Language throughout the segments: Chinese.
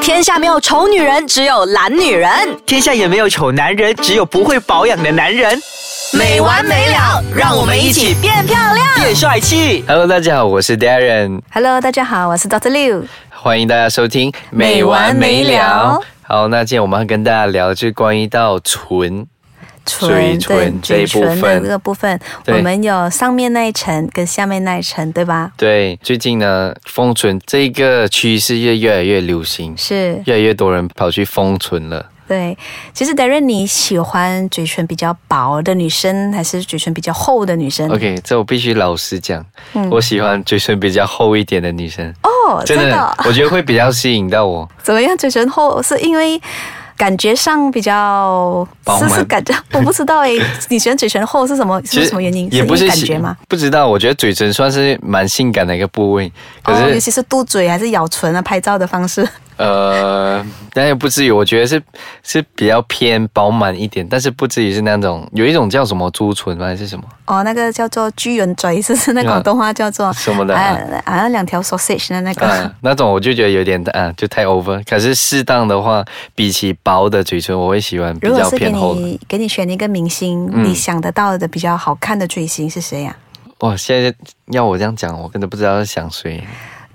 天下没有丑女人，只有懒女人。天下也没有丑男人，只有不会保养的男人。没完没了，让我们一起变漂亮。变帅气。 Hello，大家好，我是 Darren， Hello，大家好，我是 Doctor Liu。欢迎大家收听《没完没了。好，那今天我们要跟大家聊就关于到唇，嘴唇对这一嘴部唇的分这个部分，我对们有上面那一层跟下面那一层，对吧？对，最近呢，封唇这个趋势越越来越流行，是越来越多人跑去封唇了。对。其实 Darren，你喜欢嘴唇比较薄的女生，还是嘴唇比较厚的女生？ OK，这我必须老实讲，我喜欢嘴唇比较厚一点的女生，嗯哦，真的哦，我觉得会比较吸引到我。怎么样？嘴唇厚是因为感觉上比较，饱是满不是感觉？我不知道 诶，你喜欢嘴唇厚是什么？其是实什么原因？也不是是因为感喜觉吗？？不知道，我觉得嘴唇算是蛮性感的一个部位，可哦，是、尤其是嘟嘴还是咬唇啊，拍照的方式。 呃，但也不至于，我觉得是是比较偏饱满一点，但是不至于是那种有一种叫什么猪唇吗？还是 什么？哦，那个叫做居人嘴，是不是那啊广东话叫做什么的啊，好像两条 sausage 的那个。啊， 那种我就觉得有点啊，就太 over。可是适当的话，比起薄的嘴唇，我会喜欢比如果较是给偏厚的。你给你选一个明星，嗯你想得到的比较好看的嘴型是谁呀、哇，现在要我这样讲，我真的不知道要想谁。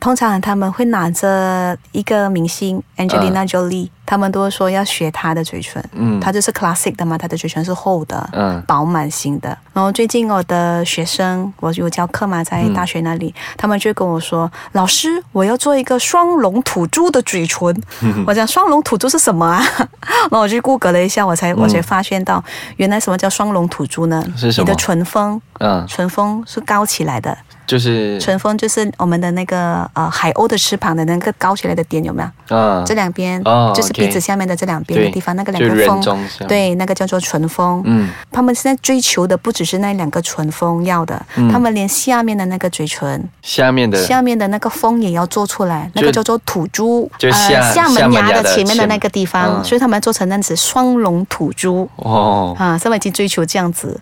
通常他们会拿着一个明星 Angelina Jolie，、他们都会说要学她的嘴唇，嗯她就是 classic 的嘛，她的嘴唇是厚的，嗯饱满型的。然后最近我的学生，我有教课嘛，在大学那里，嗯他们就跟我说，老师，我要做一个双龙吐珠的嘴唇。嗯我讲双龙吐珠是什么啊？ 然后我去 Google 了一下，我才我才发现到，原来什么叫双龙吐珠呢？嗯是什你么的唇峰，嗯，唇峰是高起来的。就是唇峰就是我们的那个呃海鸥的翅膀的那个高起来的点有没有？嗯这两边、哦就是 OK 鼻子下面的这两边的对地方，那个就两个人峰中这，样对，那个叫做唇峰。嗯，他们现在追求的不只是那两个唇峰要的，嗯他们连下面的那个嘴唇，下面的下面的那个峰也要做出来，那个叫做吐珠，就下下下门门牙牙的的前面的前那个地方，嗯所以他们做成那样子双龙吐珠。哦，啊，上面已经追求这样子。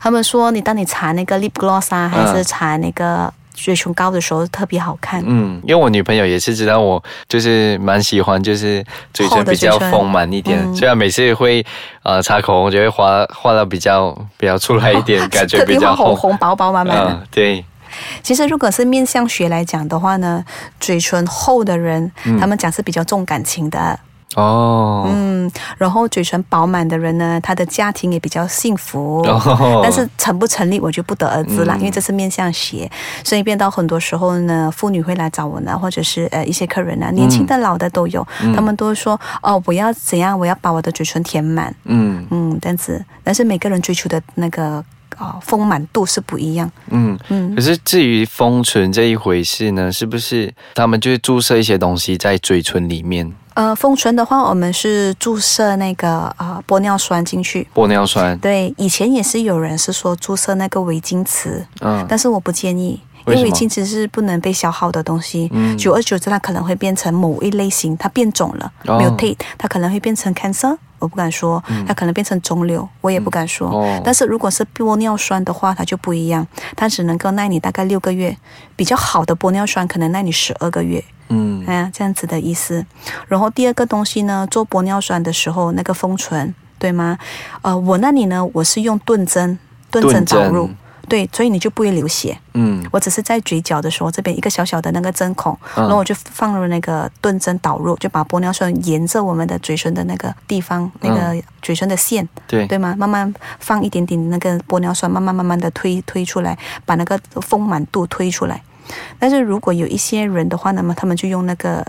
他们说，你当你擦那个 lip gloss 啊，还嗯是擦那个嘴唇膏的时候，特别好看。嗯，因为我女朋友也是知道我就是蛮喜欢，就是嘴厚唇的比较嘴唇丰满一点，嗯虽然每次会呃擦口红就会画画到比较比较出来一 点，感觉特比别较画厚红。红薄薄满满的。嗯，对，其实如果是面相学来讲的话呢，嘴唇厚的人，嗯他们讲是比较重感情的。哦，嗯，然后嘴唇饱满的人呢，他的家庭也比较幸福。哦嗯但是成不成立我就不得而知啦，因为这是面向学，所以变到很多时候呢，妇女会来找我呢，或者是呃一些客人呢，年轻的、老的都有，嗯他们都会说哦，我要怎样，我要把我的嘴唇填满，嗯嗯，但是但是每个人追求的那个哦丰满度是不一样，嗯嗯可是至于封唇这一回事呢，是不是他们就是注射一些东西在嘴唇里面，呃，丰唇的话，我们是注射那个啊、呃玻尿酸进去。玻尿酸？对，以前也是有人是说注射那个维金池，嗯但是我不建议，因为什么为金子是不能被消耗的东西。嗯久而久之，它可能会变成某一类型，它变种了哦嗯，mutate，它可能会变成 cancer，我不敢说；它可能变成肿瘤，我也不敢说。哦但是如果是玻尿酸的话，它就不一样，它只能够耐你大概六个月，比较好的玻尿酸可能耐你十二个月。嗯哎呀，这样子的意思。然后第二个东西呢，做玻尿酸的时候那个封唇，对吗？呃，我那里呢，我是用钝针，钝针钝针导入，对，所以你就不会流血。嗯我只是在嘴角的时候，这边一个小小的那个针孔，嗯然后我就放入那个钝针导入，就把玻尿酸沿着我们的嘴唇的那个地方，那嗯个嘴唇的线，对对吗？慢慢放一点点那个玻尿酸，慢慢慢慢的推推出来，把那个丰满度推出来。但是如果有一些人的话，那么他们就用那个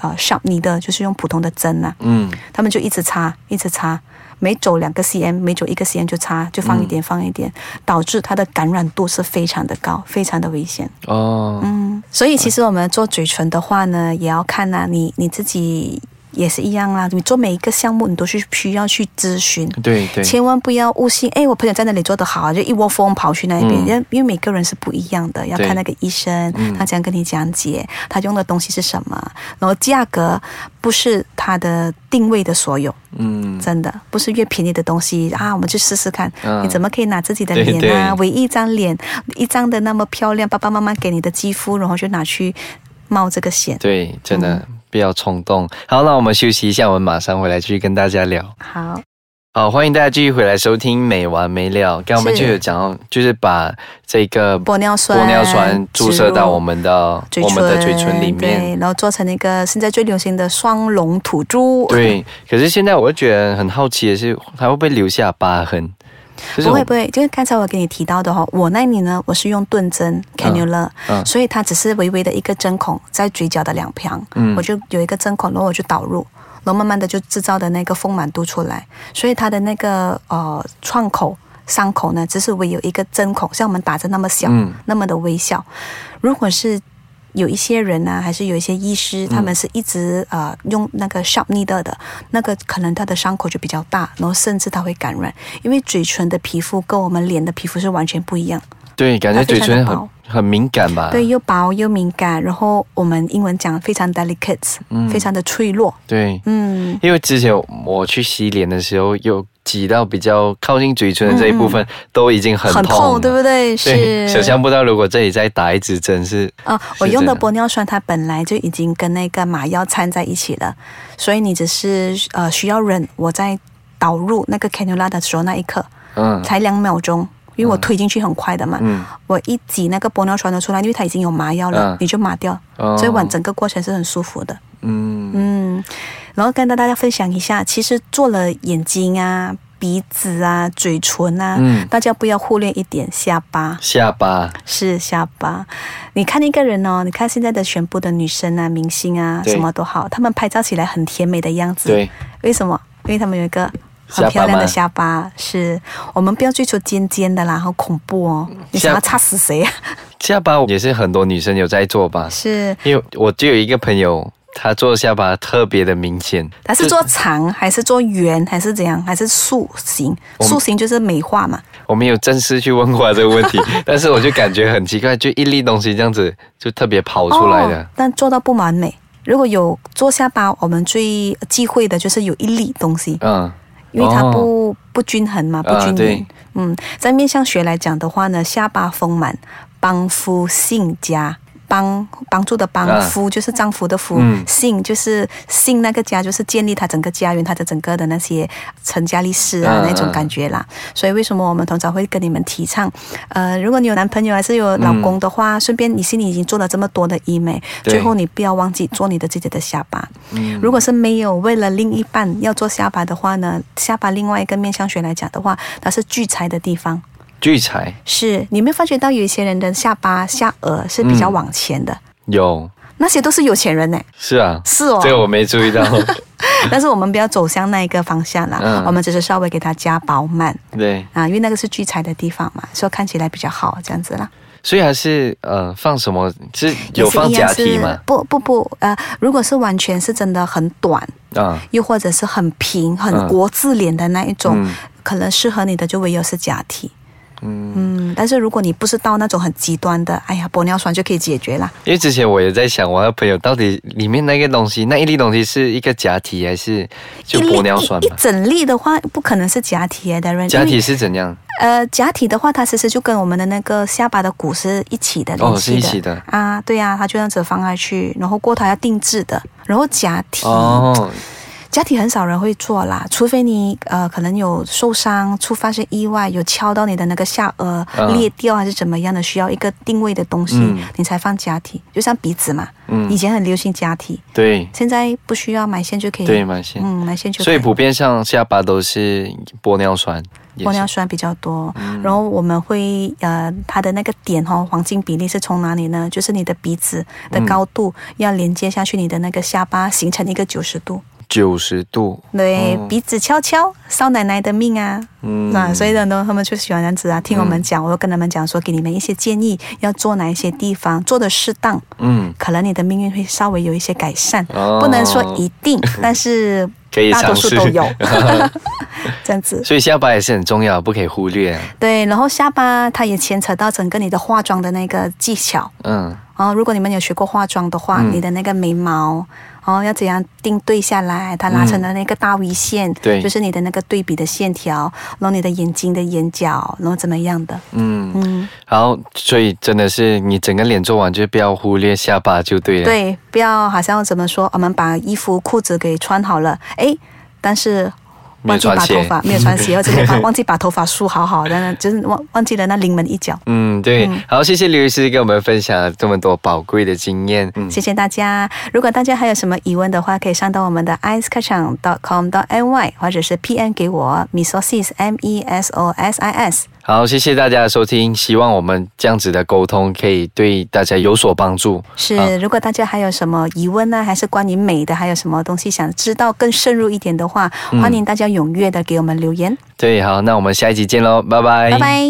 呃上你的就是用普通的针呐、嗯他们就一直擦，一直擦，每走两个 cm，每走一个 cm 就擦，就放一点，放一点，导致它的感染度是非常的高，非常的危险。哦嗯，所以其实我们做嘴唇的话呢，也要看呐、你你自己也是一样啦，你做每一个项目，你都是需要去咨询。对对千万不要误信，哎，我朋友在那里做得好啊，就一窝蜂跑去那边，嗯因为、因为每个人是不一样的，要对嗯看那个医生，他怎样跟你讲解，他用的东西是什么，然后价格不是他的定位的所有，嗯真的不是越便宜的东西啊，我们去试试看，嗯你怎么可以拿自己的对脸啊，对唯一一张脸，一张的那么漂亮，爸爸妈妈给你的肌肤，然后就拿去冒这个险，嗯对，真的。不要冲动。好，那我们休息一下，我们马上回来继续跟大家聊。好，好，欢迎大家继续回来收听《没完没了》。刚刚我们就有讲到，就是把这个玻尿酸玻尿酸注射到我们的嘴我唇，们的嘴唇里面。对，然后做成那个现在最流行的双龙土珠。，对，可是现在我就觉得很好奇的是，它会不会留下疤痕？就是我不会不会，就是刚才我跟你提到的哈、哦，我那里呢，我是用钝针 cannula，、嗯所以它只是微微的一个针孔在嘴角的两旁，嗯我就有一个针孔，然后我就导入。然后慢慢的就制造的那个丰满度出来，所以它的那个呃创口、伤口呢，只是唯有一个针孔，像我们打针那么小，嗯那么的微笑。如果是有一些人呢、啊还是有一些医师，他们是一直呃用那个 sharp needle 的，那个可能他的伤口就比较大，然后甚至他会感染，因为嘴唇的皮肤跟我们脸的皮肤是完全不一样，对，感觉它嘴非常唇地很薄很敏感吧？对，又薄又敏感，然后我们英文讲非常 delicate，、嗯非常的脆弱，对，嗯，因为之前我去洗脸的时候，有挤到比较靠近嘴唇的这一部分，都已经很嗯很痛了，对不对，对？是。想象不到如果这里再打一支针是，啊、是我用真的的玻尿酸它本来就已经跟那个麻药掺在一起了，所以你只是呃需要忍。我在导入那个 cannula 的时候那一刻，嗯才两秒钟，因为我推进去很快的嘛，嗯，我一挤那个玻尿酸的出来，因为它已经有麻药了，嗯你就麻掉，哦所以完整个过程是很舒服的。嗯嗯，然后跟大家分享一下，其实做了眼睛啊、鼻子啊、嘴唇啊，嗯，大家不要忽略一点下巴。下巴，是下巴。你看一个人哦，你看现在的全部的女生啊、明星啊，对什么都好，她们拍照起来很甜美的样子。对，为什么？因为她们有一个下巴很漂亮的吗下巴。是我们不要追求尖尖的啦，好恐怖哦！你想要插死谁 啊？下巴也是很多女生有在做吧，是，因为我就有一个朋友，她做下巴特别的明显，它是做长还是做圆还是怎样？还是塑形？我们塑形就是美化嘛。我没有正式去问过她这个问 题，但是我就感觉很奇怪，就一粒东西这样子就特别跑出来的，哦，但做到不完美。如果有做下巴，我们最忌讳的就是有一粒东西。嗯，因为它哦不、不均衡嘛，不啊均对匀。嗯，在面相学来讲的话呢，下巴丰满，帮夫性家。帮帮助的啊帮夫、就是丈夫的夫，嗯性就是性那个家就是建立他整个家园，他的整个的那些成家立室啊、嗯那种感觉啦。所以为什么我们通常会跟你们提倡，呃，如果你有男朋友还是有老公的话，顺便你心里已经做了这么多的医美，嗯对最后你不要忘记做你的自己的下巴。嗯如果是没有为了另一半要做下巴的话呢，下巴另外一个面相学来讲的话，它是聚财的地方。聚财是你有没有发觉到有一些人的下巴、下颚是比较往前的？嗯有，那些都是有钱人呢、是啊，是哦。这个我没注意 到，但是我们不要走向那一个方向啦，嗯我们只是稍微给它加饱满对，啊，因为那个是聚财的地方嘛，所以看起来比较好这样子啦。所以还是呃放什么是有也是放一样假体是嘛，不不不，呃，如果是完全是真的很短，啊，又或者是很平、嗯很国字脸的那一种，嗯可能适合你的就唯有是假体。嗯。嗯，但是如果你不是到那种很极端的，哎呀，玻尿酸就可以解决啦。因为之前我也在想，我的朋友到底里面那个东西，那一粒东西是一个假体还是就一粒玻尿酸一一吧？整粒的话，不可能是假体耶，Darren，因为假体是怎样？呃，假体的话，它其实就跟我们的那个下巴的骨是一起的，哦联系是一起的啊，对呀、它就这样子放下去，然后过它要定制的，然后假体，哦，假体很少人会做啦，除非你呃可能有受伤、出发生意外、有敲到你的那个下颚、嗯裂掉还是怎么样的，需要一个定位的东西，嗯你才放假体。就像鼻子嘛，嗯以前很流行假体，对现在不需要埋线就可以。对，蛮像。嗯，埋线就可所以普遍上下巴都是玻尿酸，也是嗯玻尿酸比较多，然后我们会呃，它的那个点哦，黄金比例是从哪里呢？就是你的鼻子的高度嗯要连接下去你的那个下巴，形成一个九十度。九十度，对，哦鼻子翘翘，少奶奶的命啊！嗯那、所以呢，他们就喜欢这样子啊。听我们讲，我就跟他们讲说，给你们一些建议，要做哪一些地方，做的适当，嗯，可能你的命运会稍微有一些改善。哦不能说一定，但是 可以大多尝数试 都有。 这样子。所以下巴也是很重要，不可以忽略。啊对，然后下巴它也牵扯到整个你的化妆的那个技巧。嗯，哦，如果你们有学过化妆的话，嗯你的那个眉毛哦，要怎样定对下来，它拉成了那个大 V 线，嗯对就是你的那个对比的线条，然后你的眼睛的眼角，然后怎么样的，嗯，嗯，然后所以真的是你整个脸做完就不要忽略下巴就对了。，对，不要好像怎么说，哦我们把衣服、裤子给穿好了，诶，但是。没有忘记穿把鞋头发没有 穿鞋，或者是把忘记把头发梳好好的，那就是忘忘记了那临门一脚。嗯，对。好，谢谢刘医师给我们分享了这么多宝贵的经验。嗯，谢谢大家。如果大家还有什么疑问的话，可以上到我们的 i c e k a c h a n g com my 或者是 PM 给我 misosis m e s o s i s。好，谢谢大家的收听，希望我们这样子的沟通可以对大家有所帮助。好是，如果大家还有什么疑问呢，还是关于美的，还有什么东西想知道更深入嗯一点的话，欢迎大家踊跃的给我们留言。对，好，那我们下一集见喽，拜拜，拜拜。